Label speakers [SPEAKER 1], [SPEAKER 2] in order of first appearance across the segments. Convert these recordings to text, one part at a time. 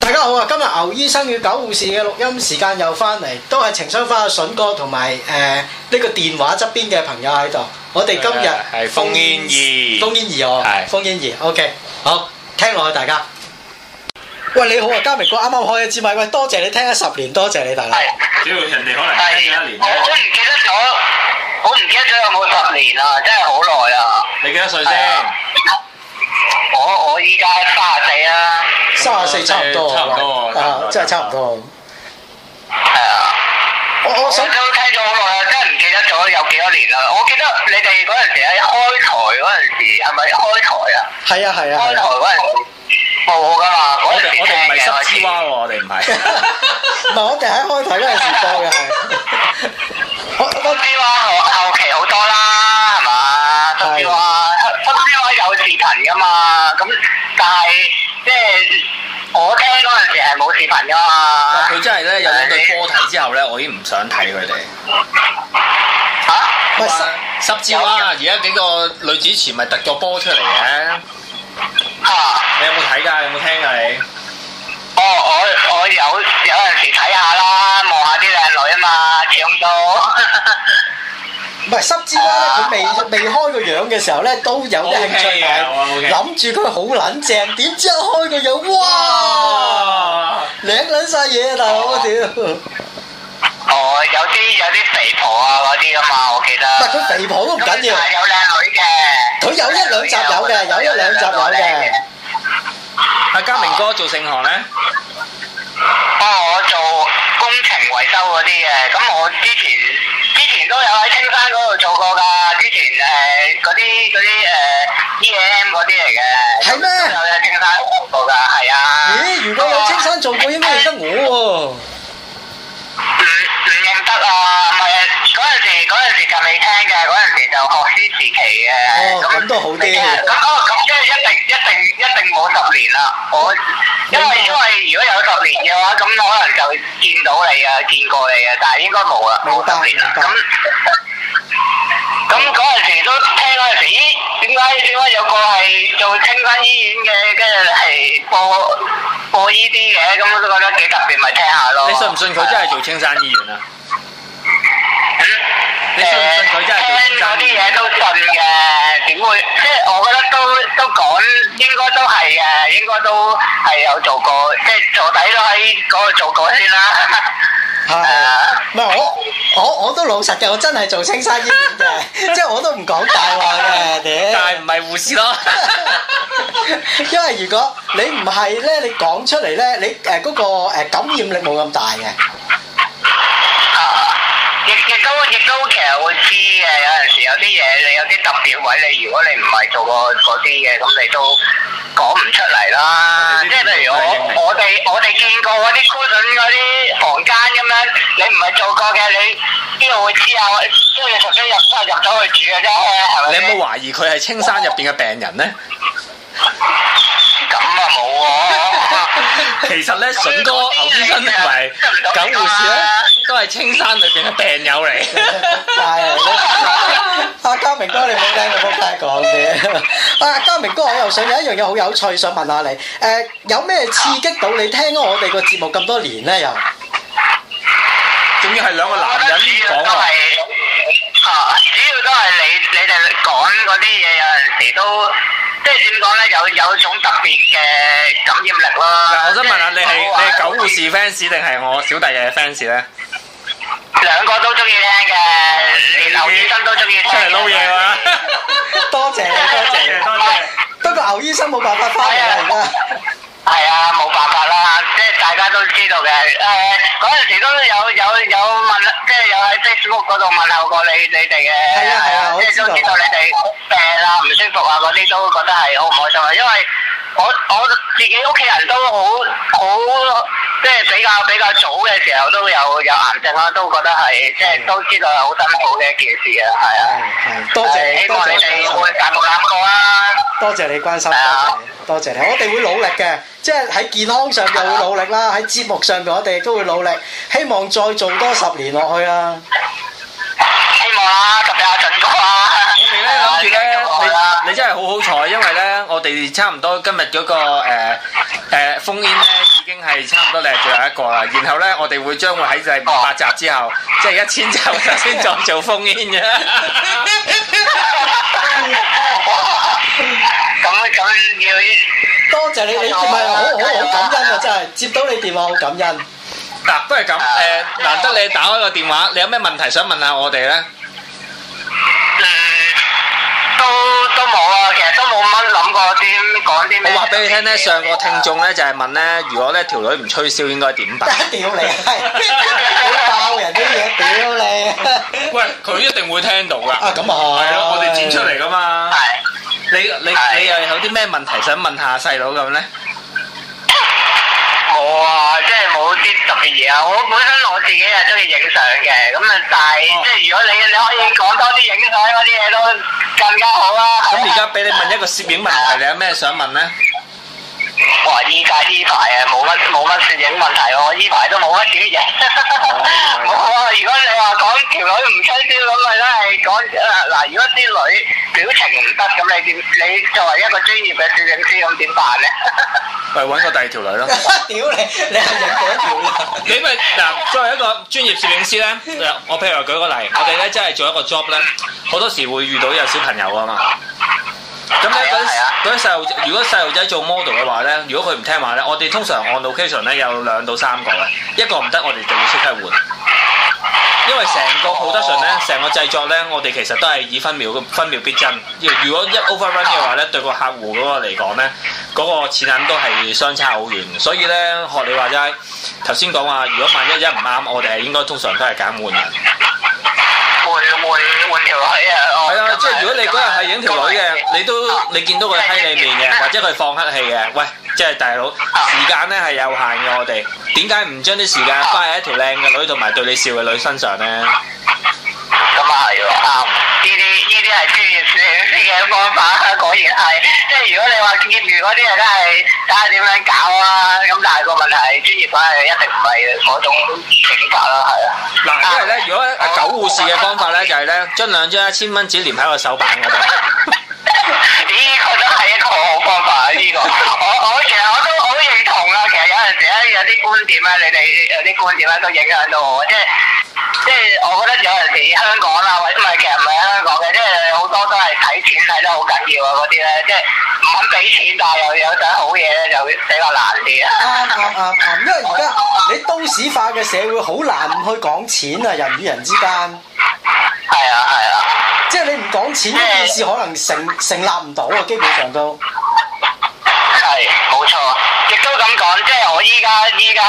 [SPEAKER 1] 大家好啊！今日牛醫生與狗護士嘅錄音時間又翻嚟，都係情商花嘅筍哥同埋誒呢個電話側邊嘅朋友喺度。我哋今日
[SPEAKER 2] 誒係烽煙兒
[SPEAKER 1] 烽煙兒哦，
[SPEAKER 2] 係
[SPEAKER 1] 烽煙兒。OK，好，聽落去大家。喂，你好啊，嘉明哥，啱啱開一支咪，喂，多謝你聽咗十年，多謝
[SPEAKER 3] 啊
[SPEAKER 1] 你大佬。
[SPEAKER 2] 主要人哋可能聽咗一
[SPEAKER 3] 係，啊
[SPEAKER 2] 年
[SPEAKER 3] 我我
[SPEAKER 2] 啫，
[SPEAKER 3] 唔記得咗，我唔記得咗有冇十年啦，真係好耐啦。
[SPEAKER 2] 你幾多歲
[SPEAKER 3] 係
[SPEAKER 2] 先
[SPEAKER 3] 啊？我我依家三十四啊啦，
[SPEAKER 1] 三十四差唔多喎
[SPEAKER 2] 差唔多喎差唔
[SPEAKER 1] 啊
[SPEAKER 2] 多，
[SPEAKER 1] 真係差唔多。
[SPEAKER 3] 係啊，
[SPEAKER 1] 我我
[SPEAKER 3] 我
[SPEAKER 1] 想啊
[SPEAKER 3] 都聽咗好耐啊啦，真係唔記得咗有幾多年啦。我記得你哋嗰陣時喺開台嗰陣時，係咪開台啊？
[SPEAKER 1] 係啊係啊
[SPEAKER 3] 開
[SPEAKER 1] 係
[SPEAKER 3] 台
[SPEAKER 1] 啊。
[SPEAKER 3] 嗰陣時冇噶嘛，
[SPEAKER 2] 我
[SPEAKER 3] 嗰陣時
[SPEAKER 2] 哋我哋唔係
[SPEAKER 3] 聽嘅
[SPEAKER 2] 濕之蛙喎，我哋唔
[SPEAKER 1] 唔
[SPEAKER 2] 係。
[SPEAKER 1] 係我哋喺開台嗰陣時播嘅 係。我我
[SPEAKER 3] 濕之蛙後後期好多啦，係嘛？濕之蛙，濕之蛙有視頻噶嘛？咁但係即係我聽嗰陣時係冇視頻噶嘛？
[SPEAKER 2] 啊佢真係咧有兩對波睇之後咧，我已經唔想睇佢哋。
[SPEAKER 3] 嚇
[SPEAKER 1] 喂濕
[SPEAKER 2] 濕之蛙而家幾個女主持咪突個波出嚟嘅，
[SPEAKER 3] 嚇！
[SPEAKER 2] 你有冇睇㗎？有冇聽㗎你？
[SPEAKER 3] 哦，我我有有陣時睇下啦，望下啲靚女啊嘛，始終都
[SPEAKER 2] 啊
[SPEAKER 1] 唔係濕之蛙咧，佢未未開個樣嘅時候咧，都有啲興趣
[SPEAKER 2] OK 嘅我 OK
[SPEAKER 1] 買，諗住佢好撚正，點知一開個樣，哇！舐撚晒嘢啊，大佬我屌！唔
[SPEAKER 3] 哦，有啲有啲肥婆啊嗰啲啊嘛，我記得。
[SPEAKER 1] 係佢肥婆都唔緊要
[SPEAKER 3] 咁但係有靚女嘅。
[SPEAKER 1] 佢有一兩集有嘅有一兩集有嘅
[SPEAKER 2] 阿啊嘉明哥做盛行咧，
[SPEAKER 3] 哦，我做工程維修嗰啲嘅，咁我之前之前都有喺青山嗰度做過㗎，之前誒嗰啲嗰啲誒 E M 嗰啲嚟嘅。
[SPEAKER 1] 係咩
[SPEAKER 3] 都有喺青山做過㗎，係啊。
[SPEAKER 1] 咦？如果有青山做過，應該認得我
[SPEAKER 3] 唔唔認得啊，咪嗰陣時嗰陣時就未聽嘅，嗰陣時就學師時期嘅。
[SPEAKER 1] 哦咁都好啲
[SPEAKER 3] 未聽咁哦，咁即係一定一定一定冇十年啦。我因為因為如果有十年嘅話，咁可能就見到你啊，見過你啊，但係應該冇啦，
[SPEAKER 1] 明
[SPEAKER 3] 冇
[SPEAKER 1] 白
[SPEAKER 3] 十年啦。
[SPEAKER 1] 明白
[SPEAKER 3] 咁咁嗰陣時都聽嗰陣時，咦？點解點解有個係做青山醫院嘅，跟住係播播依啲嘅，咁我都覺得幾特別，咪聽下咯。
[SPEAKER 2] 你信唔信佢真係做青山醫院啊？
[SPEAKER 3] 你
[SPEAKER 2] 你信唔信佢真係做先
[SPEAKER 3] 嗰
[SPEAKER 2] 生
[SPEAKER 3] 啲嘢都信嘅，點會？即係我覺得都都講，應該都係嘅，應該都係有做過，即係做底都喺嗰度做過先啦。
[SPEAKER 2] 啊
[SPEAKER 1] 喎，係。唔係我我我都老實嘅，我真係做青山醫院 嘅，即係我都唔講大話嘅，屌！
[SPEAKER 2] 但係唔係護士咯。
[SPEAKER 1] 因為如果你唔係咧，你講出嚟咧，你誒嗰個誒感染力冇咁大嘅。
[SPEAKER 3] 啊亦亦都亦都其實會知嘅，有陣時有啲嘢你有啲特別位，你如果你唔係做過嗰啲嘅，咁你都講唔出嚟啦。
[SPEAKER 2] 我哋呢啲
[SPEAKER 3] 即係譬如
[SPEAKER 2] 都係英明
[SPEAKER 3] 我我哋我哋見過嗰啲 cushion 嗰啲房間咁樣，你唔係做過嘅，你邊度會知啊？即係你除非入入咗去住嘅啫，係咪
[SPEAKER 2] 你
[SPEAKER 3] 先？
[SPEAKER 2] 有冇懷疑佢係青山入邊嘅病人咧？
[SPEAKER 3] 咁啊 冇喎。
[SPEAKER 2] 其實咧，筍哥、牛醫生同埋狗護士咧，都係青山裏邊嘅病友嚟。
[SPEAKER 1] 係，阿嘉明哥你冇聽過撲街講 嘅。啊，嘉明哥，我又想有一樣嘢好有趣，想問下你，誒有咩刺激到你聽咗我哋個節目咁多年咧？ 又
[SPEAKER 2] 仲要係兩個男人
[SPEAKER 3] 我覺得主要
[SPEAKER 2] 講
[SPEAKER 3] 都
[SPEAKER 2] 喎，
[SPEAKER 3] 係啊，主要都係你你哋講嗰啲嘢有陣時都。即係點講咧？有有種特別嘅感染力啦。
[SPEAKER 2] 嗱，我想問下你係你係狗護
[SPEAKER 3] 士？
[SPEAKER 2] 士 fans 定係我小弟嘅 fans 咧？
[SPEAKER 3] 兩個都中意聽嘅，連牛醫生都中意聽。
[SPEAKER 2] 出嚟撈嘢啦！
[SPEAKER 1] 多謝你，多謝你。
[SPEAKER 2] 多謝
[SPEAKER 1] 不過牛醫生冇辦法翻嚟啊啦，而家。
[SPEAKER 3] 係啊，冇辦法啦，即係大家都知道嘅。誒、嗰陣時都有有有問，即係有喺 Facebook 嗰度問候過你你哋嘅。
[SPEAKER 1] 係啊係啊我
[SPEAKER 3] 即係
[SPEAKER 1] 知道
[SPEAKER 3] 都知道你哋病啊、唔舒服啊嗰啲，都覺得係好唔開心啊，因為我我自己屋企人都好好。即係比較比較早嘅時候都有有癌症啦，都覺得係即係都知道係好辛苦嘅一件事啊，係啊。
[SPEAKER 1] 係嗯係，多謝你，
[SPEAKER 3] 希
[SPEAKER 1] 多
[SPEAKER 3] 望
[SPEAKER 1] 謝
[SPEAKER 3] 你
[SPEAKER 1] 你啊關
[SPEAKER 3] 哋
[SPEAKER 1] 心
[SPEAKER 3] 會大步啊攬過啦。
[SPEAKER 1] 多謝你關心，多謝你，多謝你，我哋會努力嘅，即係喺健康上面會努力啦，喺節目上面我哋亦都會努力，希望再做多十年落去啊啦。
[SPEAKER 3] 希望啦，特別阿俊哥啊啦。
[SPEAKER 2] 我哋咧諗住咧，你你真係好好彩，因為咧我哋差唔多今日嗰個誒誒烽煙咧經係差唔多，你係最後一個啦。然後咧，我哋會將會喺就係五百集之後，即係一千集就先再做封煙嘅。
[SPEAKER 3] 咁咁要
[SPEAKER 1] 多謝你，你唔係好好好感恩啊！真係接到你電話好感恩。
[SPEAKER 2] 嗱，不如咁誒，難得你打開個電話，你有咩問題想問下我哋咧？
[SPEAKER 3] 嗯都都冇啊，其實都冇乜諗過啲講啲
[SPEAKER 2] 我
[SPEAKER 3] 咩。
[SPEAKER 2] 話俾你聽咧，上個聽眾咧就係問咧，如果咧條女唔吹簫應該點辦？
[SPEAKER 1] 屌你，係爆人啲嘢，屌你！
[SPEAKER 2] 喂，佢一定會聽到噶
[SPEAKER 1] 啊，咁啊係。
[SPEAKER 2] 係咯，我哋剪出嚟噶嘛。
[SPEAKER 3] 係。
[SPEAKER 2] 你你你又有啲咩問題想問下細佬咁咧？
[SPEAKER 3] 冇啊，即係冇啲特別嘢啊！我本身我自己係中意影相嘅，咁啊，但係
[SPEAKER 2] 哦
[SPEAKER 3] 即係如果你你可以講多啲影相嗰啲嘢都更加好啊啦。
[SPEAKER 2] 咁而家俾你問一個攝影問題，你有咩想問咧？
[SPEAKER 3] 哇！依家呢排啊，冇乜冇乜攝影問題喎，我依排都冇乜點影。 冇啊！如果你話講條女唔吹簫咁，咪都係講誒嗱，如果啲女表情唔得，咁你點？你作為一個專業嘅攝影師，咁點辦咧？
[SPEAKER 2] 咪揾個第二條女咯。
[SPEAKER 1] 屌你，你係影嗰條啦。
[SPEAKER 2] 你咪嗱，作為一個專業攝影 師咧，我譬如話舉個例，我哋咧真係做一個 job 咧，好多時會遇到有小朋友啊嘛。咁咧
[SPEAKER 3] 係啊係啊
[SPEAKER 2] 嗰啲嗰啲細路，如果細路仔做 model 嘅話咧，如果佢唔聽話咧，我哋通常按 location 咧有兩到三個嘅，一個唔得我哋就會即刻換。因為成個 production 咧，成個製作咧，我哋其實都係以分秒分秒必爭。如果一 overrun 嘅話咧，對個客戶嗰個嚟講咧，嗰、個錢銀都係相差好遠。所以咧，學你話齋，頭先講話，如果萬一一唔啱，我哋係應該通常都係揀換人。
[SPEAKER 3] 換換換條女啊！哦
[SPEAKER 2] 係啊，即係如果你嗰日係影條女
[SPEAKER 3] 咁啊
[SPEAKER 2] 嘅，你都你見到佢閪你面嘅，或者佢放黑氣嘅，喂，即係大佬，時間咧係有限嘅，我哋點解唔將啲時間花喺一條靚嘅女同埋對你笑嘅女身上咧？
[SPEAKER 3] 咁啊係喎，啱。呢啲呢啲係專業攝影師嘅方法， 果然係。即係如果你話業餘嗰啲啊，梗係睇下點樣搞啊。咁但係個問題係專業嗰係一定唔係嗰種整法啦，係啊。
[SPEAKER 2] 嗱，因為咧，如果
[SPEAKER 1] 哦
[SPEAKER 2] 阿九護士嘅方法咧，就係咧，將兩張一千蚊紙連喺個手板嗰度。
[SPEAKER 3] 呢個都係一個好方法，啊呢、個我我其實我都好認同啊。其實有陣時咧，有啲觀點咧，你哋有啲觀點咧啊都影響到我，即係即係我覺得有陣時香港啦，或者唔係其實唔係香港嘅，即係好多都係睇錢睇得好緊要啊嗰啲咧，即係唔肯俾錢，但係又有想好嘢咧，就會比較難啲
[SPEAKER 1] 啱
[SPEAKER 3] 啊。
[SPEAKER 1] 啱啱啱，因為而家 你都市化嘅社會好難唔去講錢啊，人與人之間，
[SPEAKER 3] 係啊，係啊。
[SPEAKER 1] 即係你唔講錢呢件事可能成成立唔到啊，基本上都。
[SPEAKER 3] 係，冇錯。亦都咁講，即係我依家依家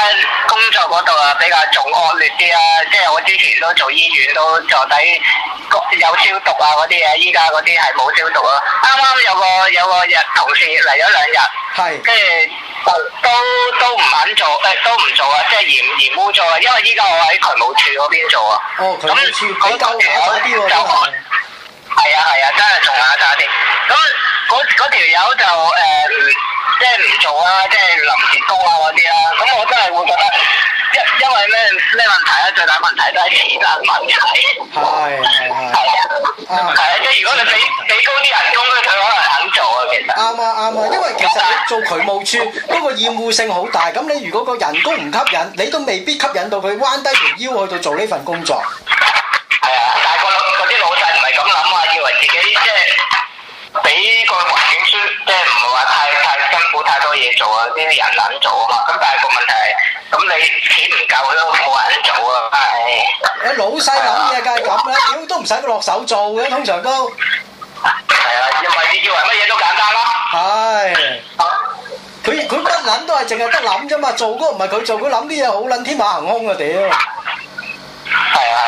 [SPEAKER 3] 工作嗰度啊，比較仲惡劣啲啊。即係我之前都做醫院，都坐底有消毒啊嗰啲嘢，依家嗰啲係冇消毒啊。啱啱有個有個日同事嚟咗兩日，
[SPEAKER 1] 係
[SPEAKER 3] 跟住都都唔肯做，誒、都唔做啊，即係嫌嫌污糟啊。因為依家我喺渠務處嗰邊做啊。
[SPEAKER 1] 哦，佢好似比較麻煩啲喎，真係。
[SPEAKER 3] 係啊係啊，真係仲下打啲。咁嗰嗰條友就誒、即係唔做啦，即係臨時工啊嗰啲啦。咁我真係會覺得，因因為咩咩問題咧？最大問題都係錢銀問題。
[SPEAKER 1] 係係係。
[SPEAKER 3] 係啊，係啊，即係如果你俾俾高啲人工咧，佢可能肯做啊，其實。
[SPEAKER 1] 啱啊啱啊，因為其實你做渠務處嗰個厭惡性好大，咁你如果個人工唔吸引，你都未必吸引到佢彎低條腰去到做呢份工作。
[SPEAKER 3] 係啊，但係個老嗰啲老細唔係咁諗啊，以為自己即係俾個環境舒，即係唔係話太太辛苦太多嘢做啊，啲人肯做啊嘛。咁但係個問題係，咁你錢唔夠都冇人做啊，唉。
[SPEAKER 1] 你老細諗嘢梗係咁啦，屌都唔使落手做嘅，通常都
[SPEAKER 3] 係啊，因為以為乜嘢都簡單啦。
[SPEAKER 1] 係。佢佢不諗都係淨係得諗啫嘛，做嗰個唔係佢做，佢諗啲嘢好撚天馬行空啊屌！
[SPEAKER 3] 係啊。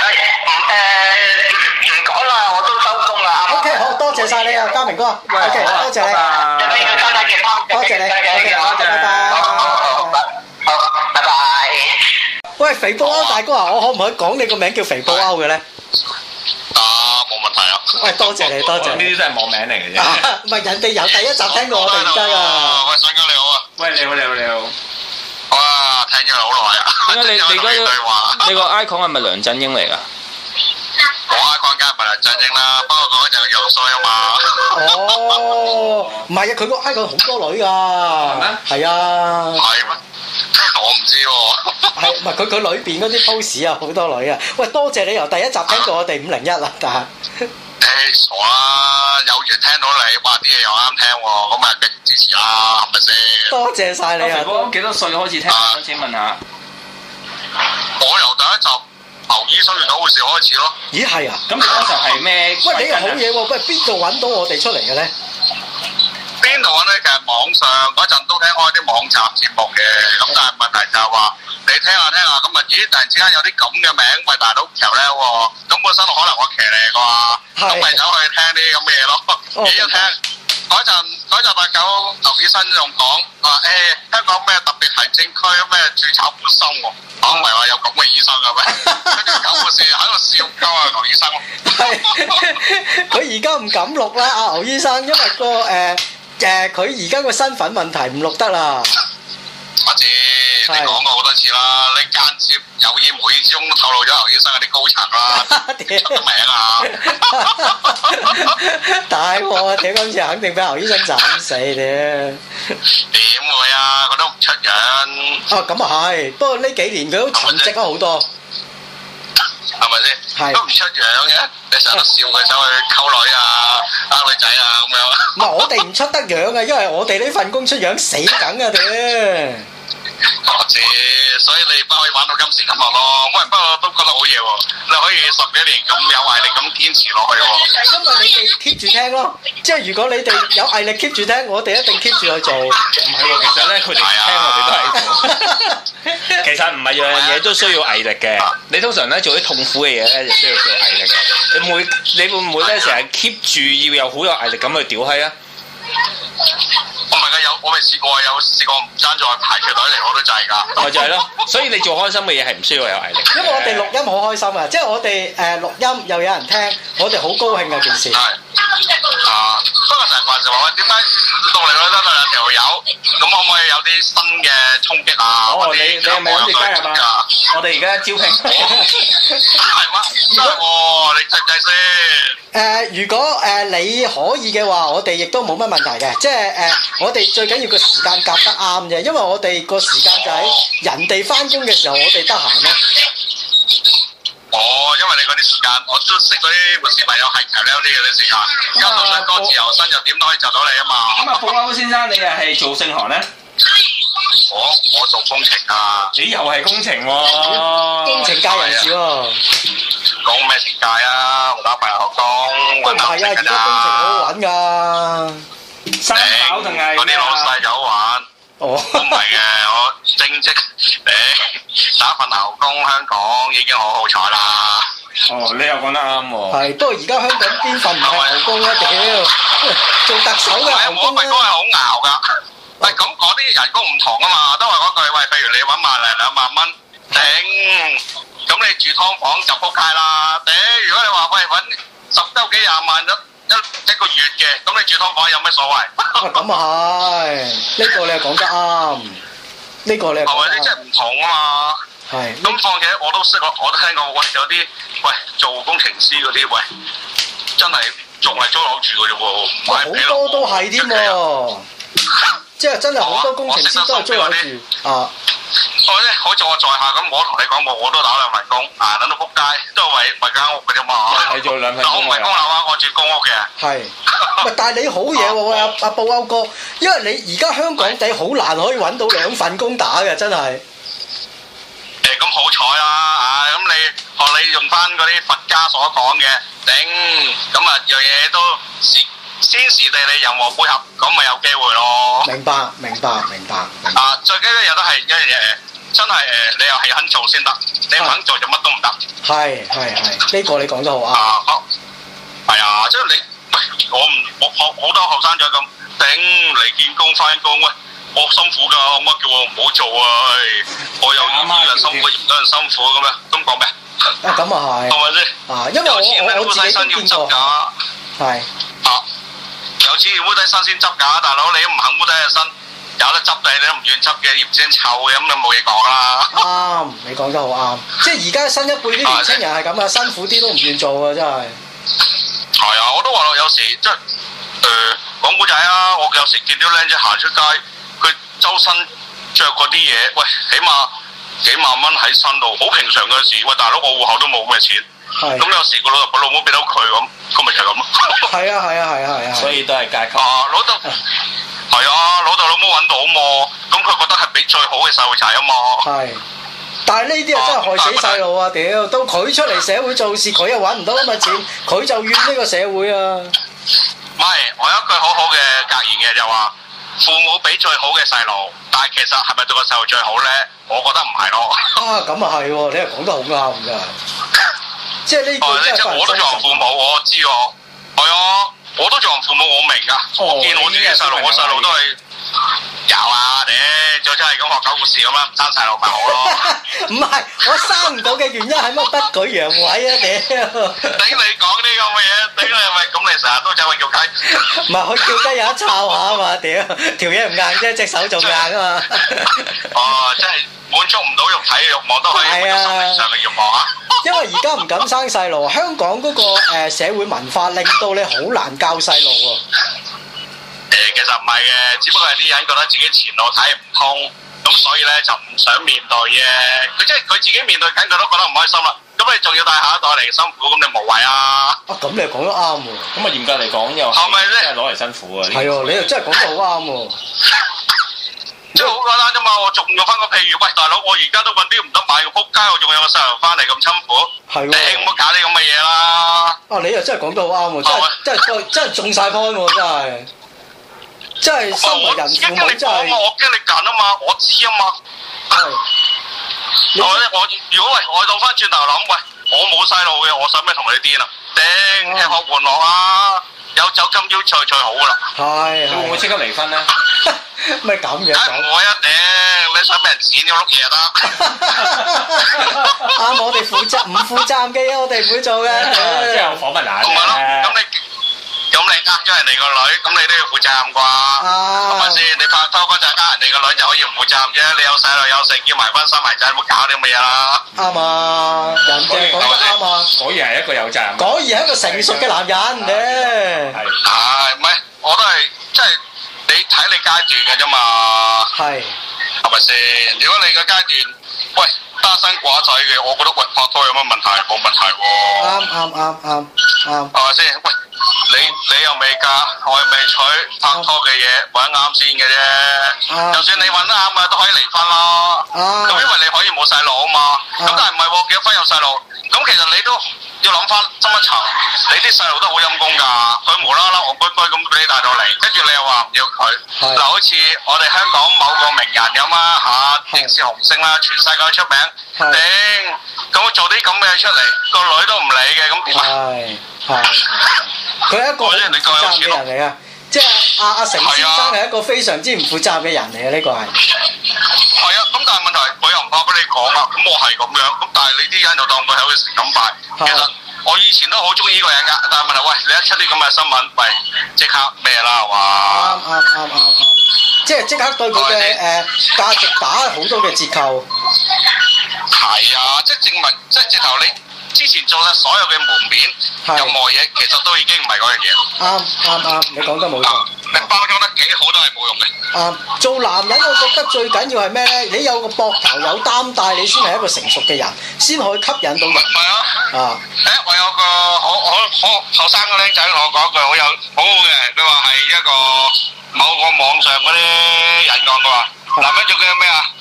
[SPEAKER 3] 係唔誒唔講啦，我都收工啦。
[SPEAKER 1] OK，好多謝晒你啊，嘉明哥，OK，多謝你，
[SPEAKER 3] 最緊要
[SPEAKER 2] 啊拜
[SPEAKER 3] 身
[SPEAKER 2] 拜
[SPEAKER 3] 體健康。
[SPEAKER 1] 多謝你，多謝，多謝，拜
[SPEAKER 3] 好好好
[SPEAKER 1] 拜。，
[SPEAKER 3] 好，拜拜。
[SPEAKER 1] 喂，肥布歐大哥啊，我可唔可以講你個名叫肥布歐嘅咧？
[SPEAKER 3] Ờ,
[SPEAKER 4] 啊，冇問題啊。
[SPEAKER 1] 喂，多謝你，多謝
[SPEAKER 2] 呢
[SPEAKER 1] 你。
[SPEAKER 2] 啲都係網名嚟嘅啫。
[SPEAKER 1] 啊唔係人哋由第一集聽過我哋而家噶，
[SPEAKER 4] 喂，水哥你好啊！
[SPEAKER 2] 喂，你好，你好，你好。
[SPEAKER 4] 哇，聽咗好耐啊！
[SPEAKER 2] 點解你你
[SPEAKER 4] 聽咗我同
[SPEAKER 2] 嗰
[SPEAKER 4] 對話？
[SPEAKER 2] 個你個 icon 係咪梁振英嚟㗎？
[SPEAKER 4] 我 icon 梗
[SPEAKER 3] 梗係唔係制定啦，不過嗰就有衰啊嘛。
[SPEAKER 1] 哦，唔係啊，佢個 I 佢好多女㗎，係啊，
[SPEAKER 3] 係咩？我唔知喎。
[SPEAKER 1] 係唔係佢佢裏邊嗰啲 pose 啊，好多女啊。喂，多謝你由第一集聽到我哋五零一啦，但係
[SPEAKER 3] 誒傻啦，有緣聽到你，哇啲嘢又啱聽喎，咁咪繼續支持啦，係咪先？
[SPEAKER 1] 多謝晒你
[SPEAKER 2] 阿肥
[SPEAKER 1] 啊。
[SPEAKER 2] 哥幾多歲開始聽？
[SPEAKER 3] 啊
[SPEAKER 2] 想請問下。
[SPEAKER 3] 我由第一集牛醫生與狗護士開始咯，
[SPEAKER 1] 咦係啊，
[SPEAKER 2] 咁你嗰時候係咩鬼
[SPEAKER 1] 喂你
[SPEAKER 2] 跟
[SPEAKER 1] 又
[SPEAKER 2] 啊？
[SPEAKER 1] 好嘢喎，喂邊度揾到我哋出嚟嘅咧？
[SPEAKER 3] 邊度揾咧？其實網上嗰陣都聽開啲網站節目嘅，咁但係問題就係話你聽下聽下，咁啊咦突然之間有啲咁嘅名，喂大佬騎呢喎，咁本身可能我騎呢啩，咁咪走去聽啲咁嘅嘢咯，
[SPEAKER 1] 哦
[SPEAKER 3] 咦一聽。嗰陣嗰陣八九劉醫生仲講話誒香港咩特別行政區咩註冊醫生喎，我唔係話有咁嘅醫生嘅咩？跟住九護士喺度笑鳩啊劉醫生
[SPEAKER 1] 係，
[SPEAKER 3] 咯。
[SPEAKER 1] 佢而家唔敢錄啦，阿牛醫生，因為個誒誒佢而家個身份問題唔錄得啦。
[SPEAKER 3] 我知，你講過好多次啦，你間接有意無意之中透露咗劉醫生嗰啲高 層啦，
[SPEAKER 1] 屌
[SPEAKER 3] 出名 啊！
[SPEAKER 1] 大鑊啊！屌今次肯定俾牛醫生斬死屌！
[SPEAKER 3] 點會啊？佢都唔出樣，
[SPEAKER 1] 啊咁啊係，不過呢幾年佢都沉積咗好多。
[SPEAKER 3] 係咪
[SPEAKER 1] 係
[SPEAKER 3] 先？都唔出樣嘅，你成日都笑佢走去溝女啊、呃女仔啊咁樣。
[SPEAKER 1] 唔係我哋唔出得樣啊，因為我哋呢份工出樣死梗啊屌！
[SPEAKER 3] 我知，所以你不可以玩到今時今日咯。喂，不過都覺得好嘢喎，你可以十幾年咁有毅力咁堅持落去喎。
[SPEAKER 1] 因為啊你哋 keep 住聽咯，即係如果你哋有毅力 keep 住聽，我哋一定 keep 住去做。
[SPEAKER 2] 唔係喎，其實咧佢
[SPEAKER 3] 啊
[SPEAKER 2] 哋聽我哋都係。其實唔係樣樣嘢都需要毅力嘅，你通常咧做啲痛苦嘅嘢咧就需要做毅力嘅。你會你會唔會咧成日 keep 住要有好有毅力咁去屌閪啊？
[SPEAKER 3] 我咪嘅有，我咪試過有試過唔爭在排住隊嚟我都制㗎。
[SPEAKER 2] 咪就係 咯，所以你做開心嘅嘢係唔需要有毅力嘅。
[SPEAKER 1] 因為我哋錄音好開心啊，即係我哋誒錄音又有人聽，我哋好高興啊件事。
[SPEAKER 3] 係啊，不過成日話就話喂，點解到嚟都得兩條友？咁可唔可以有啲新嘅衝擊啊？
[SPEAKER 2] 哦，
[SPEAKER 3] 或者
[SPEAKER 2] 你你係咪諗住加入啊？我哋而家招 聘。
[SPEAKER 3] 係嘛？真係喎，你制唔制先？
[SPEAKER 1] 誒、呃如果誒、你可以嘅話，我哋亦都冇乜問題嘅，即係誒、我哋最緊要個時間夾得啱啫，因為我哋個時間就喺人哋翻工嘅時候，我哋得啊閒咯。
[SPEAKER 3] 哦，因為你嗰啲時間，我都識嗰啲護士朋友係騎呢啲嗰啲時間，因為本身哥自由身又點都可以就到你啊
[SPEAKER 2] 啊咁
[SPEAKER 3] 嘛。
[SPEAKER 2] 啊，布歐先生，你又係做盛行咧？
[SPEAKER 3] 我我做工程啊，
[SPEAKER 2] 你又係工程 喎、
[SPEAKER 1] 工程界人士喎、
[SPEAKER 3] 講咩世界啊？我打排學工，
[SPEAKER 1] 都唔係啊，而家工程好好揾㗎。
[SPEAKER 2] 三跑定係啊
[SPEAKER 3] 嗰啲老細有玩。
[SPEAKER 1] 哦，
[SPEAKER 3] 都唔係嘅，我正職誒打份牛工，香港已經好好彩啦。
[SPEAKER 2] 哦，你又講得啱喎。
[SPEAKER 1] 係，不過而家香港邊份唔係牛工啊？屌，做特首嘅
[SPEAKER 3] 喂，
[SPEAKER 1] 牛
[SPEAKER 3] 我
[SPEAKER 1] 工
[SPEAKER 3] 份工係
[SPEAKER 1] 啊！
[SPEAKER 3] 好熬噶。喂，咁嗰啲人工唔同啊嘛，都係嗰句，喂，譬如你揾萬零兩萬蚊，頂，咁你住劏房就撲街啦。頂，如果你話喂揾十鳩幾廿萬一一一個月嘅，咁你住劏房有咩所謂？
[SPEAKER 1] 喂咁啊係，呢、個你又講得啱，呢、個你又
[SPEAKER 3] 係
[SPEAKER 1] 講
[SPEAKER 3] 咪
[SPEAKER 1] 得
[SPEAKER 3] 先？哦即係
[SPEAKER 1] 啱，
[SPEAKER 3] 唔同啊嘛。
[SPEAKER 1] 係。
[SPEAKER 3] 咁況且我都識，我我都聽過，喂有啲喂做工程師嗰啲，喂真係仲係租樓住嘅啫喎，唔
[SPEAKER 2] 哦
[SPEAKER 1] 好
[SPEAKER 3] 係俾
[SPEAKER 1] 多都係添 喎，即係真係
[SPEAKER 3] 啊
[SPEAKER 1] 好多工程師都係租樓住啊！
[SPEAKER 3] 我哦咧好似我在下咁，我同你講過，我都打兩份工，啊等到仆街，都係為為間屋嘅啫嘛。
[SPEAKER 2] 係做兩份工
[SPEAKER 3] 我唔係供樓啊，我住公屋嘅。
[SPEAKER 1] 係，
[SPEAKER 3] 啊
[SPEAKER 1] 喂，但係你好嘢喎，喂阿阿布歐哥，因為你而家香港地好難可以揾到兩份工打嘅，真係
[SPEAKER 3] 誒咁好彩啦，啊咁你學你用翻嗰啲佛家所講嘅，頂咁啊樣嘢都時天時地利人和配合，咁咪有機會咯。
[SPEAKER 1] 明白明白明白，明白
[SPEAKER 3] 啊，最緊要有得係一樣嘢，真係誒，你又係肯做先得，你唔肯做就乜都唔得。
[SPEAKER 1] 係係係，呢個你講得好啱，
[SPEAKER 3] 啊，好，係啊，即係你， 喂我唔，我我好多後生仔咁頂嚟見工翻工，喂，我辛苦㗎，我媽叫我唔好做啊，唉我有
[SPEAKER 2] 阿媽
[SPEAKER 3] 啲人
[SPEAKER 2] 叫
[SPEAKER 3] 辛苦，有人辛苦咁樣，咁講咩？
[SPEAKER 1] 啊咁啊係，
[SPEAKER 3] 係咪先？
[SPEAKER 1] 啊因為我
[SPEAKER 3] 有錢咩
[SPEAKER 1] 我我
[SPEAKER 3] 烏
[SPEAKER 1] 自
[SPEAKER 3] 低
[SPEAKER 1] 己都
[SPEAKER 3] 身要
[SPEAKER 1] 見
[SPEAKER 3] 執
[SPEAKER 1] 過
[SPEAKER 3] 㗎，，
[SPEAKER 1] 係
[SPEAKER 3] 啊，有錢要烏低身先執㗎，大佬你唔肯烏低隻身，有得執你你都唔願執嘅，嫌先臭嘅，咁你冇嘢講啦。
[SPEAKER 1] 啱，你講得好啱，即係而家新一輩啲年青人係咁啊，辛苦啲都唔願做啊，真係
[SPEAKER 3] 係啊，我都話咯，有時即係誒講古仔啊，我有時見到僆仔行出街，佢周身着嗰啲嘢，喂，起碼幾萬蚊喺身度，好平常嘅事。喂，大佬，我户口都冇咁嘅錢，
[SPEAKER 1] 係
[SPEAKER 3] 咁有時個老豆個老母俾到佢咁，咁咪就啊係咁咯。
[SPEAKER 1] 係啊係啊係啊係啊，
[SPEAKER 2] 所以都係階級。
[SPEAKER 3] 啊，老豆係啊，老豆老母揾到嘛，咁佢覺得係俾最好嘅細路仔啊嘛。
[SPEAKER 1] 係。但係呢啲啊真係害死細路啊！屌，到佢出嚟社會做事，佢又揾唔到咁嘅錢，佢就怨呢個社會啊！
[SPEAKER 3] 唔係，我有一句好好嘅格言嘅，就話父母俾最好嘅細路，但係其實係咪對個細路最好呢？我覺得唔係咯。
[SPEAKER 1] 啊，咁啊係喎，你又講得好啱㗎，即係呢
[SPEAKER 3] 哦，
[SPEAKER 1] 句
[SPEAKER 3] 你
[SPEAKER 1] 真
[SPEAKER 3] 即係
[SPEAKER 1] 係
[SPEAKER 3] 我都做人父母，我知我係啊，我都做人父母，我明噶。
[SPEAKER 2] 哦
[SPEAKER 3] 我見我自己細路，我細路都係有啊，你就真係咁學狗護士咁啦，唔生細路咪好 咯。
[SPEAKER 1] 唔係，我生唔到嘅原因係乜不舉陽位啊屌！
[SPEAKER 3] 頂你講呢咁嘅嘢，頂你係咪咁？你成日都走去叫啊雞，
[SPEAKER 1] 唔係佢叫雞有得抄下啊嘛，屌條嘢唔硬啫，隻手仲硬啊嘛。
[SPEAKER 3] 哦，真係滿足唔到肉體嘅慾望，都可以
[SPEAKER 1] 啊
[SPEAKER 3] 滿足心靈上嘅慾望啊！
[SPEAKER 1] 因為而家唔敢生細路，啊香港嗰個誒社會文化令到你好難教細路喎。
[SPEAKER 3] 誒，呃其實唔係嘅，只不過係啲人覺得自己前路睇唔通，咁所以咧就唔想面對嘅。佢即係佢自己面對緊，佢都覺得唔開心啦。咁你仲要帶下一代嚟辛苦，咁你無謂啊！
[SPEAKER 1] 啊，咁你又講得啱喎，
[SPEAKER 2] 咁啊嚴格嚟講又
[SPEAKER 3] 係咪
[SPEAKER 2] 係
[SPEAKER 3] 咧
[SPEAKER 2] 真係攞嚟辛苦啊！呢
[SPEAKER 1] 係喎，你又真係講得好啱喎。
[SPEAKER 3] 即係好簡單啫嘛。我仲用翻個譬如，喂大佬，我而家都揾啲唔得買嘅仆街，我仲有個細路翻嚟咁辛苦，
[SPEAKER 1] 係喎
[SPEAKER 3] 頂唔好搞啲咁嘅嘢啦。
[SPEAKER 1] 啊，你又真係講得好啱
[SPEAKER 3] 係
[SPEAKER 1] 喎
[SPEAKER 3] 咪，
[SPEAKER 1] 真係真係真係中晒 point 喎，真係。真係身為
[SPEAKER 3] 哦我
[SPEAKER 1] 人
[SPEAKER 3] 而家
[SPEAKER 1] 父
[SPEAKER 3] 經
[SPEAKER 1] 母
[SPEAKER 3] 歷
[SPEAKER 1] 真
[SPEAKER 3] 過
[SPEAKER 1] 係
[SPEAKER 3] 啊嘛，，我經歷緊啊嘛，我知啊嘛。
[SPEAKER 1] 係你
[SPEAKER 3] 我啊咧，我如果喂，我倒翻轉頭諗，喂，我冇細路嘅，我使咩同你癲啊？頂，吃喝玩樂啊，有酒今朝醉最好噶啦，
[SPEAKER 1] 係
[SPEAKER 2] 啲會唔會
[SPEAKER 1] 係
[SPEAKER 2] 即刻離婚咧？
[SPEAKER 1] 咪咁樣
[SPEAKER 3] 梗係唔
[SPEAKER 1] 講？
[SPEAKER 3] 會啊！頂，你想俾人剪咗碌嘢就得，
[SPEAKER 1] 啱我哋負責唔負責任嘅哎嘢，我哋唔會做
[SPEAKER 2] 啊即係
[SPEAKER 1] 嘅。
[SPEAKER 2] 我訪問下
[SPEAKER 3] 咁咪咯，咁
[SPEAKER 2] 啫。
[SPEAKER 3] 你咁你呃咗人哋個女，咁你都要負責任啩？係咪
[SPEAKER 1] 啊，
[SPEAKER 3] 先？你拍拖嗰陣呃人哋個女就可以唔負責任啫，你有細路有成，要埋婚生埋仔，唔好搞啲咁嘅嘢啦。
[SPEAKER 1] 啱啊，人哋講得啱啊，
[SPEAKER 2] 果然係一個有責任。
[SPEAKER 1] 果然係一個成熟嘅男人嘅，
[SPEAKER 2] 係啊
[SPEAKER 3] 唉，唔係，我都係即係你睇你階段嘅啫嘛。
[SPEAKER 1] 係
[SPEAKER 3] 係咪先？如果你嘅階段，喂單身寡仔嘅，我覺得喂拍拖有乜問題？冇問題喎、
[SPEAKER 1] 啱啱啱啱啱，
[SPEAKER 3] 係咪先？喂，你你又未嫁，我又未娶，拍拖嘅嘢揾啱先嘅
[SPEAKER 1] 啊
[SPEAKER 3] 啫。就算你揾得啱啊，都可以離婚咯。
[SPEAKER 1] 啊
[SPEAKER 3] 咁因為你可以冇細路啊嘛。咁但係唔係喎，結咗婚有細路，咁其實你都要諗翻深一層，你啲細路都好陰功㗎，佢無啦啦戇居居咁俾你帶到嚟，跟住你又話唔要佢。
[SPEAKER 1] 係
[SPEAKER 3] 嗱，好似我哋香港某個名人咁啊
[SPEAKER 1] 係
[SPEAKER 3] 嚇，影視紅星啦，全世界都出名。
[SPEAKER 1] 係
[SPEAKER 3] 頂，咁做啲咁嘅嘢出嚟，個女都唔理嘅，咁 點啊？
[SPEAKER 1] 係係，佢哦係一個好唔負責任嘅人嚟噶，即係阿阿成先生係一個非常之唔負責任嘅人嚟嘅，呢個係
[SPEAKER 3] 係啊，咁但係問題佢又唔怕俾你講啊，咁我係咁樣，咁但係你啲人就當佢係一個成咁快。
[SPEAKER 1] 係
[SPEAKER 3] 其實我以前都好中意呢個人㗎，但係問題喂，你一出啲咁嘅新聞，咪即刻咩啦係嘛？
[SPEAKER 1] 啱啱啱啱啱，即係即刻對佢嘅誒價值打好多嘅折扣，
[SPEAKER 3] 係啊，即係證明，即係直頭你之前做嘅所有嘅門面
[SPEAKER 1] 係
[SPEAKER 3] 任何嘢，其實都已經唔係嗰樣嘢。
[SPEAKER 1] 啱啱啱，你講得冇錯
[SPEAKER 3] 啊。，你包裝得幾好都係冇用嘅。
[SPEAKER 1] 啊，做男人我覺得最緊要係咩呢？你有個膊頭有擔帶，你先係一個成熟嘅人，先可以吸引到
[SPEAKER 3] 唔
[SPEAKER 1] 人
[SPEAKER 3] 係啊！
[SPEAKER 1] 啊！
[SPEAKER 3] 誒，我有個好好好後生嘅僆仔同我講句好有好好嘅，佢話係一個某個網上嗰啲人講，佢話男人做嘅咩啊？嗯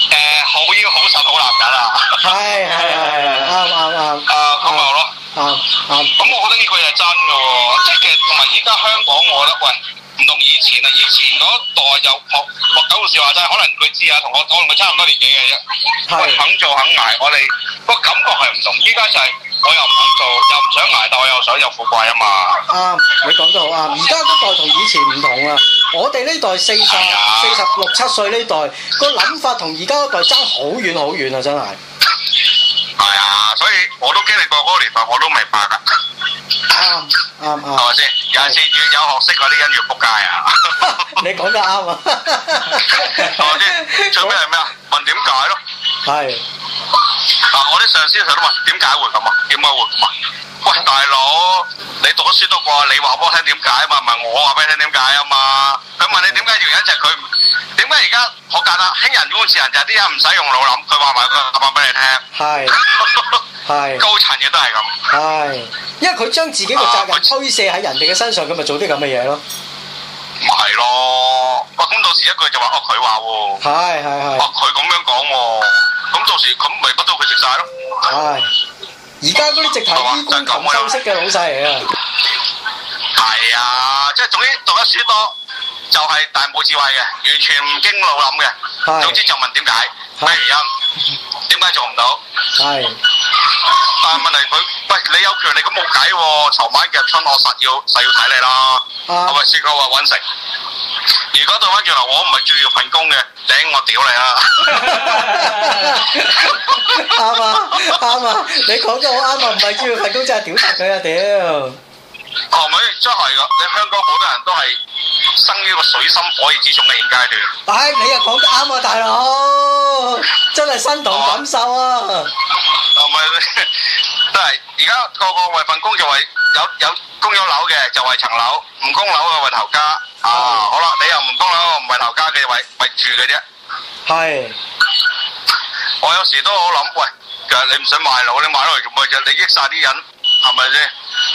[SPEAKER 3] 誒、好腰好實好男人啊！
[SPEAKER 1] 係係係係啱啱啱
[SPEAKER 3] 啊，咁咪好咯。
[SPEAKER 1] 啱啱
[SPEAKER 3] 咁我覺得呢句係真嘅喎，即係其實同埋依家香港，我覺得喂唔同以前啊，以前嗰代又學學九號笑話齋，可能佢知啊，同我我同佢差唔多年紀嘅啫。
[SPEAKER 1] 係
[SPEAKER 3] 喂，肯做肯捱，我哋個感覺係唔同。依家就係我又唔肯做，又唔想捱，但我又想有富貴啊嘛。
[SPEAKER 1] 啱，你講得好啱。而家嗰代同以前唔同啊！我哋呢代四十、四
[SPEAKER 3] 啊
[SPEAKER 1] 十六七歲呢代個諗法同而家嗰代爭好遠好遠啊！真係
[SPEAKER 3] 係啊，所以我都經歷過嗰個年代，我都明白㗎，
[SPEAKER 1] 啱啱
[SPEAKER 3] 係
[SPEAKER 1] 啱，
[SPEAKER 3] 咪先？有陣時越有學識嗰啲人越仆街啊，
[SPEAKER 1] 你講得啱 啊！
[SPEAKER 3] 係咪先？最尾係咩啊？問點解咯？
[SPEAKER 1] 係
[SPEAKER 3] 啊！我啲上陣時佢都話點解會咁啊？點解會咁啊？喂，大佬，你讀咗書多過，你話俾我聽點解啊嘛？唔係我話俾你聽點解啊嘛？佢問你點解原因就係佢唔點解而家好簡單，興人嗰個時人就係啲人唔使用腦諗，佢話埋個答案俾你聽。
[SPEAKER 1] 係 係
[SPEAKER 3] 高層嘅都係咁，
[SPEAKER 1] 係，因為佢將自己個
[SPEAKER 3] 啊
[SPEAKER 1] 責任推卸喺人哋嘅身上，咁咪做啲咁嘅嘢咯。
[SPEAKER 3] 咪係咯。喂，咁到時一句就話哦，佢話喎。
[SPEAKER 1] 係係
[SPEAKER 3] 哦
[SPEAKER 1] 係，
[SPEAKER 3] 佢咁樣講喎，咁到時咁咪乜都佢食晒咯。
[SPEAKER 1] 係。而家嗰啲直頭衣冠禽獸式嘅老細嚟啊！
[SPEAKER 3] 係啊，即係總之讀得書多就係但係冇智慧嘅，完全唔經腦諗
[SPEAKER 1] 係
[SPEAKER 3] 嘅。總之就問點解，
[SPEAKER 1] 係
[SPEAKER 3] 咩原因，點解做唔到？
[SPEAKER 1] 係
[SPEAKER 3] 但係問題佢，喂，你有權利咁冇計喎，籌晚嘅春我實要實要睇你啦。我咪
[SPEAKER 1] 啊
[SPEAKER 3] 試過話揾食，如果到翻轉頭我唔係最要份工嘅，頂我屌你啦！
[SPEAKER 1] 啱啊啱啊！你講得好啱啊！唔係主要份工真係屌柒佢啊屌！
[SPEAKER 3] 哦，咪真係噶，你香港好多人都係生於個水深火熱之中嘅現階段。
[SPEAKER 1] 唉，你又講得啱啊，大佬，真係身同感受啊！
[SPEAKER 3] 啊，咪都係而家個個為份工就為有有供咗樓嘅就為層樓，唔供樓嘅為頭家。啊，好啦，你又唔供樓，唔為頭家嘅為為住嘅啫。
[SPEAKER 1] 係
[SPEAKER 3] 我有時都好諗，喂，其實你唔使賣樓，你買樓嚟做乜啫？你益晒啲人，係咪先？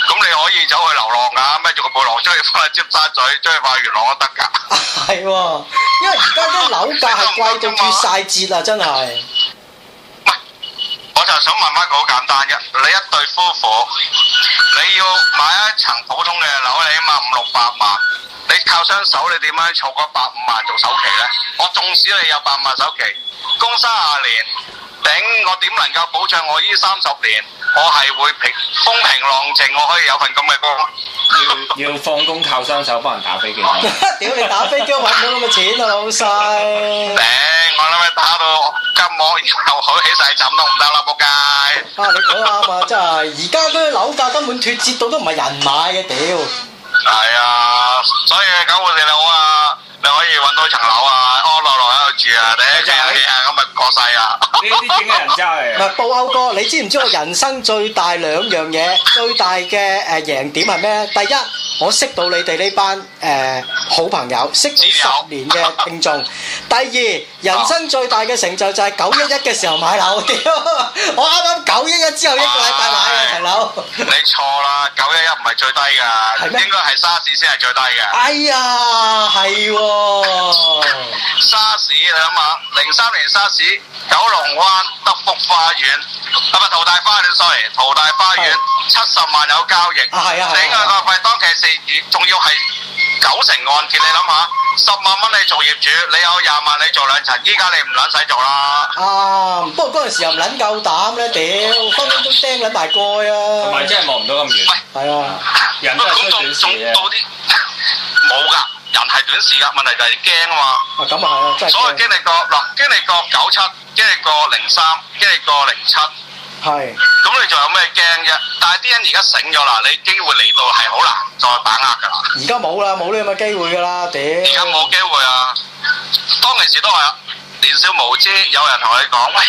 [SPEAKER 3] 咁你可以走去流浪㗎，孭住個背囊出去翻尖沙咀，出去翻元朗都得㗎。
[SPEAKER 1] 係喎，因為而家啲樓價係貴到絕晒節啊，真係
[SPEAKER 3] 我就想問翻佢好簡單啫，你一對夫婦，你要買一層普通嘅樓，你起碼五六百萬，你靠雙手你點樣儲嗰百五萬做首期呢？我縱使你有百萬首期，供三廿年，頂我點能夠保障我呢三十年？我係會平風平浪靜，我可以有份咁嘅工。
[SPEAKER 2] 要要放工靠雙手幫人打飛機。唔
[SPEAKER 1] 屌你打飛機都揾到咁嘅錢啊，老細
[SPEAKER 3] 頂！我諗你打到金網又好起晒枕都唔得啦，仆街！
[SPEAKER 1] 啊，你講得啱啊，真係而家嗰啲樓價根本脱節到都唔係人買嘅，屌！
[SPEAKER 3] 係啊，所以九號四樓啊，你可以揾到層樓啊，安樂樂喺度住啊，你一
[SPEAKER 2] 就係
[SPEAKER 3] 係啊，咁咪過 世啊。
[SPEAKER 4] 呢啲整嘅人渣
[SPEAKER 1] 唔
[SPEAKER 4] 嚟啊，
[SPEAKER 1] 係布歐哥，你知唔知我人生最大兩樣嘢，最大嘅誒贏點係咩？第一，我識到你哋呢班誒、呃好朋友，識到十年嘅聽眾。第二，人生最大嘅成就就係九一一嘅時候買樓，屌！我啱啱九一一之後一個禮拜買嘅層樓。
[SPEAKER 3] 你錯啦，九一一唔係最低
[SPEAKER 1] 係
[SPEAKER 3] 㗎，
[SPEAKER 1] 咩
[SPEAKER 3] 應該係沙士先係最低嘅。
[SPEAKER 1] 哎呀，係喎、
[SPEAKER 3] 沙士你諗下，零三年沙士，九龍灣德福花園，啊咪淘大花園，sorry，淘大花園七十萬有交易，
[SPEAKER 1] 啊係啊係啊
[SPEAKER 3] 你個個費當其時，仲要係九成按揭，你諗下，十萬蚊你做業主，你有廿萬你做兩層，依家你唔撚使做啦。
[SPEAKER 1] 啊！不過嗰陣時又唔撚夠膽咧，屌，分分鐘釘撚埋蓋
[SPEAKER 4] 同埋
[SPEAKER 1] 啊！
[SPEAKER 4] 真係望唔到咁遠，
[SPEAKER 1] 係啊，
[SPEAKER 4] 人都係
[SPEAKER 3] 咁
[SPEAKER 4] 需
[SPEAKER 3] 仲
[SPEAKER 4] 短視
[SPEAKER 3] 仲
[SPEAKER 4] 嘅
[SPEAKER 3] 到。啲 冇㗎，人係短視㗎，問題就係驚啊嘛。
[SPEAKER 1] 啊咁啊係啊，真係
[SPEAKER 3] 所以
[SPEAKER 1] 驚
[SPEAKER 3] 經歷過嗱，經歷過九七，經歷過零三，經歷過零七，咁
[SPEAKER 1] 係。
[SPEAKER 3] 你仲有咩驚啫？但係啲人而家醒咗啦，你機會嚟到係好難再把握㗎啦。
[SPEAKER 1] 而家冇啦，冇呢咁嘅機會噶啦，屌！
[SPEAKER 3] 而家冇機會啊！當其時都係啊年少無知，有人同你講：喂，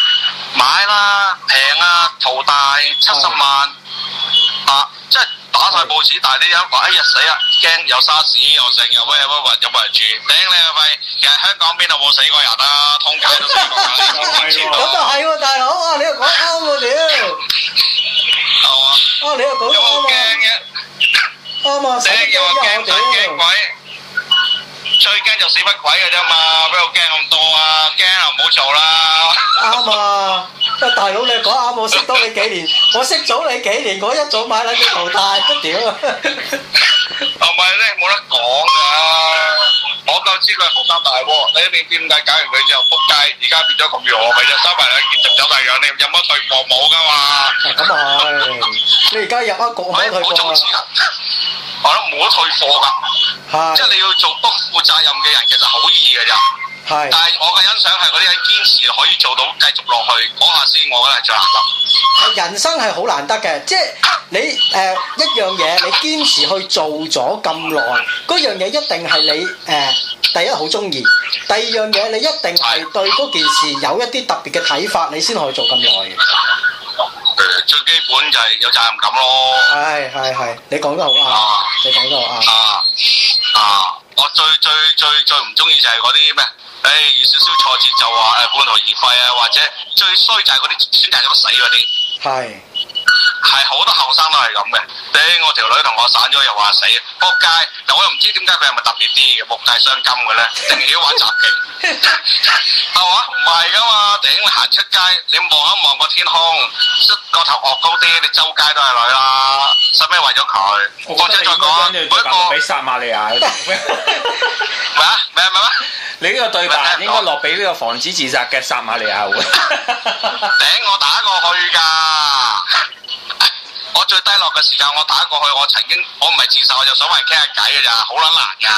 [SPEAKER 3] 買啦，平啊，淘大七十萬啊！即係打晒報紙，但係啲人話：哎呀死啊，驚有沙士，又剩又喂喂喂，有冇人住？頂你個肺！其實香港邊度冇死過人啊？通街都死過人，你知唔知道
[SPEAKER 1] 咁又係喎，大佬啊！你又講啱喎，屌！
[SPEAKER 3] 係嘛？
[SPEAKER 1] 啊，你又講
[SPEAKER 3] 有
[SPEAKER 1] 得
[SPEAKER 3] 冇驚
[SPEAKER 1] 啱
[SPEAKER 3] 嘅？
[SPEAKER 1] 啊，啱啊！使
[SPEAKER 3] 頂
[SPEAKER 1] 乜
[SPEAKER 3] 要話驚
[SPEAKER 1] 驚
[SPEAKER 3] 鬼驚
[SPEAKER 1] 啊，
[SPEAKER 3] 鬼，最驚就死乜鬼嘅啫嘛！邊度驚咁多啊？驚啊，唔好做啦！
[SPEAKER 1] 屌！啱啊！啊，大佬你又講啱，我識多你幾 年，我識早你幾年，我一早買撚咗淘大，屌啊！
[SPEAKER 3] 同埋咧冇得講噶，我夠知佢好三大喎。你一定點解搞完佢之後撲街，而家變咗咁樣，咪就三埋兩件就走晒樣，你有乜退貨冇噶嘛？
[SPEAKER 1] 咁啊係，你而家入一個冇退
[SPEAKER 3] 唔好做
[SPEAKER 1] 貨
[SPEAKER 3] 自
[SPEAKER 1] 啦，
[SPEAKER 3] 噶，我諗冇得退貨噶，即係
[SPEAKER 1] 係
[SPEAKER 3] 你要做不負責任嘅人，其實好易嘅咋。
[SPEAKER 1] 係
[SPEAKER 3] 但係我嘅欣賞係嗰啲人堅持可以做到繼續落去，嗰下先我覺得係最難得。
[SPEAKER 1] 人生係好難得嘅，即係你誒、一樣嘢，你堅持去做咗咁耐，嗰樣嘢一定係你誒、呃第一好中意，第二樣嘢你一定係對嗰件事有一啲特別嘅睇法，你先可以做咁耐嘅。
[SPEAKER 3] 誒最基本就係有責任感咯。
[SPEAKER 1] 係係係，你講得好啱，
[SPEAKER 3] 啊
[SPEAKER 1] 你講得好啱。
[SPEAKER 3] 啊啊！我最最最最唔中意就係嗰啲咩？誒、遇少少挫折就話誒半途而廢啊，或者最衰就係嗰啲選擇咗死嗰啲，
[SPEAKER 1] 係
[SPEAKER 3] 係好多後生都係咁嘅。誒、我條女同我散咗又話死，仆街！但我又唔知點解佢係咪特別啲嘅，仆街傷金嘅咧，定要玩雜技？係嘛？唔係噶嘛，頂你行出街，你望一望個天空，個頭昂高啲，你周街都係女啦，使咩為咗佢？或者再講，每一個 咩啊咩啊咩啊？ 頂我打過去噶，我最低落嘅時間我打過去，我曾經我唔係自殺，我就想揾人傾下偈嘅咋，好撚難噶。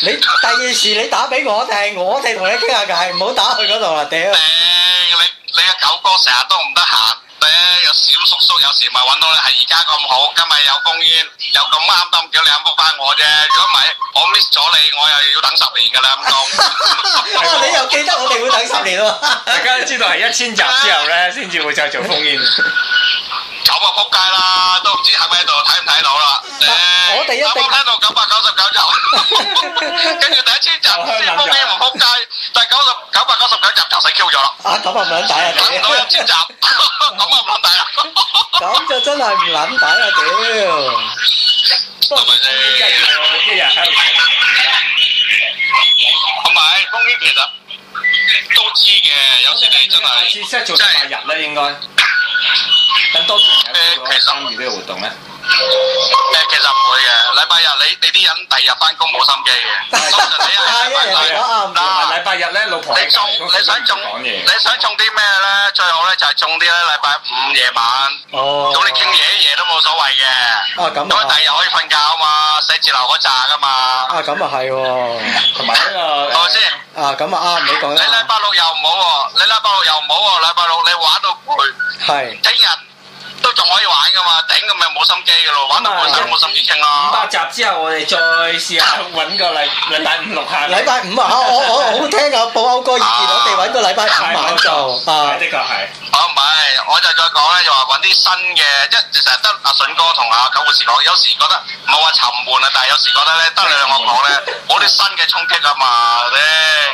[SPEAKER 1] 你第二時你打俾我哋，我哋同你傾下偈，唔好打去嗰度啦，屌
[SPEAKER 3] 頂！你你嘅狗哥成日都唔得閒，頂有小叔叔有時咪揾到你係而家咁好，今日有公園又咁啱得咁巧你肯覆翻我啫，如果唔係我 miss 咗你，我又要等十年噶啦咁講。
[SPEAKER 1] 啊！你又記得我哋會等十年喎，啊
[SPEAKER 3] 咁啊仆街啦，都唔知喺咪喺度睇唔睇到啦。
[SPEAKER 1] 但我哋一定
[SPEAKER 3] 啱啱聽到九百九十九集，跟住第一千集先封咩唔仆街，但係九十九百九十九集就死 Q 咗啦，
[SPEAKER 1] 啊咁啊唔撚抵啊，
[SPEAKER 3] 等唔到一
[SPEAKER 1] 屌！
[SPEAKER 3] 千集，咁啊唔撚抵啦，
[SPEAKER 1] 咁就真係唔撚抵啊，屌！
[SPEAKER 3] 係咪先？同埋封煙其實都知嘅，有時你真係誒，其實唔會嘅。禮拜日你你啲人第二日翻工冇心機嘅，通常你係禮拜
[SPEAKER 1] 係
[SPEAKER 3] 日
[SPEAKER 1] 啊人哋講啱
[SPEAKER 3] 嗱。你中你想中你想中啲咩咧？最好咧就係中啲咧禮拜五夜晚，
[SPEAKER 1] 哦，
[SPEAKER 3] 咁你傾夜一夜都冇所謂嘅。
[SPEAKER 1] 啊咁
[SPEAKER 3] 咁
[SPEAKER 1] 啊
[SPEAKER 3] 你第，二日可以瞓覺啊嘛，寫字樓嗰扎噶嘛，
[SPEAKER 1] 啊咁啊係喎，
[SPEAKER 3] 係咪先？
[SPEAKER 1] 啊咁啊啱，你講
[SPEAKER 3] 你
[SPEAKER 1] 得
[SPEAKER 3] 禮
[SPEAKER 1] 啱，
[SPEAKER 3] 拜六又唔好喎，你禮拜六又唔好喎，禮拜六你玩到攰，
[SPEAKER 1] 係
[SPEAKER 3] 聽日都仲可以玩噶嘛，頂咁咪冇心機嘅咯，玩到
[SPEAKER 1] 啊
[SPEAKER 3] 攰晒冇心機傾啦。
[SPEAKER 1] 禮拜五啊，我我我好聽啊，布歐哥意見，我哋揾個禮拜五晚做啊，
[SPEAKER 3] 啊唔係，我就再講咧，就話揾啲新嘅，即係成日得阿筍哥同阿九護士講，有時覺得冇話沉悶啊，但係有時覺得咧，得你兩個講咧，冇啲新嘅衝擊啊嘛，
[SPEAKER 1] 我
[SPEAKER 3] 咧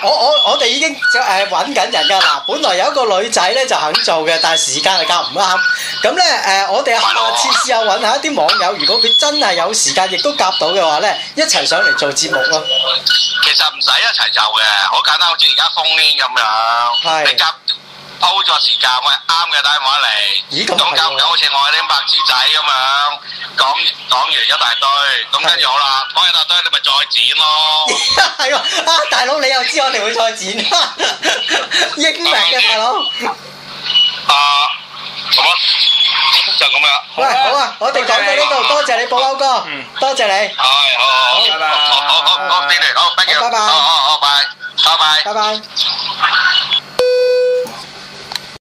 [SPEAKER 1] 我我哋已經誒揾緊人㗎啦。本來有一個女仔咧就肯做嘅，但係時間係夾唔啱。咁咧誒，我哋下次試下揾下一啲網友，如果佢真係有時間，亦都夾到嘅話咧，一齊上嚟做節目咯。
[SPEAKER 3] 其實唔使一齊就嘅，好簡單，好似而家封煙咁
[SPEAKER 1] 係
[SPEAKER 3] 樣，你夾鋪咗時間，喂啱嘅單位嚟，
[SPEAKER 1] 咦咁係喎
[SPEAKER 3] 咁久唔久好似我啲白痴仔咁樣講講完一大堆，咁跟住好啦，講一大堆你咪再
[SPEAKER 1] 係喎，
[SPEAKER 3] 剪咯。
[SPEAKER 1] 啊大佬你又知我哋會再剪， 英明嘅大佬。
[SPEAKER 3] 啊，好啊，就咁樣。
[SPEAKER 1] 喂，好啊，我哋講到呢度，多謝你，布歐哥
[SPEAKER 2] 嗯，
[SPEAKER 1] 多謝你，
[SPEAKER 3] 係，好好好，
[SPEAKER 2] 好拜拜
[SPEAKER 3] 好好好，好，好，好，好，好，好，好，好，好，拜拜，好，好，好，拜，拜拜。
[SPEAKER 1] 拜拜。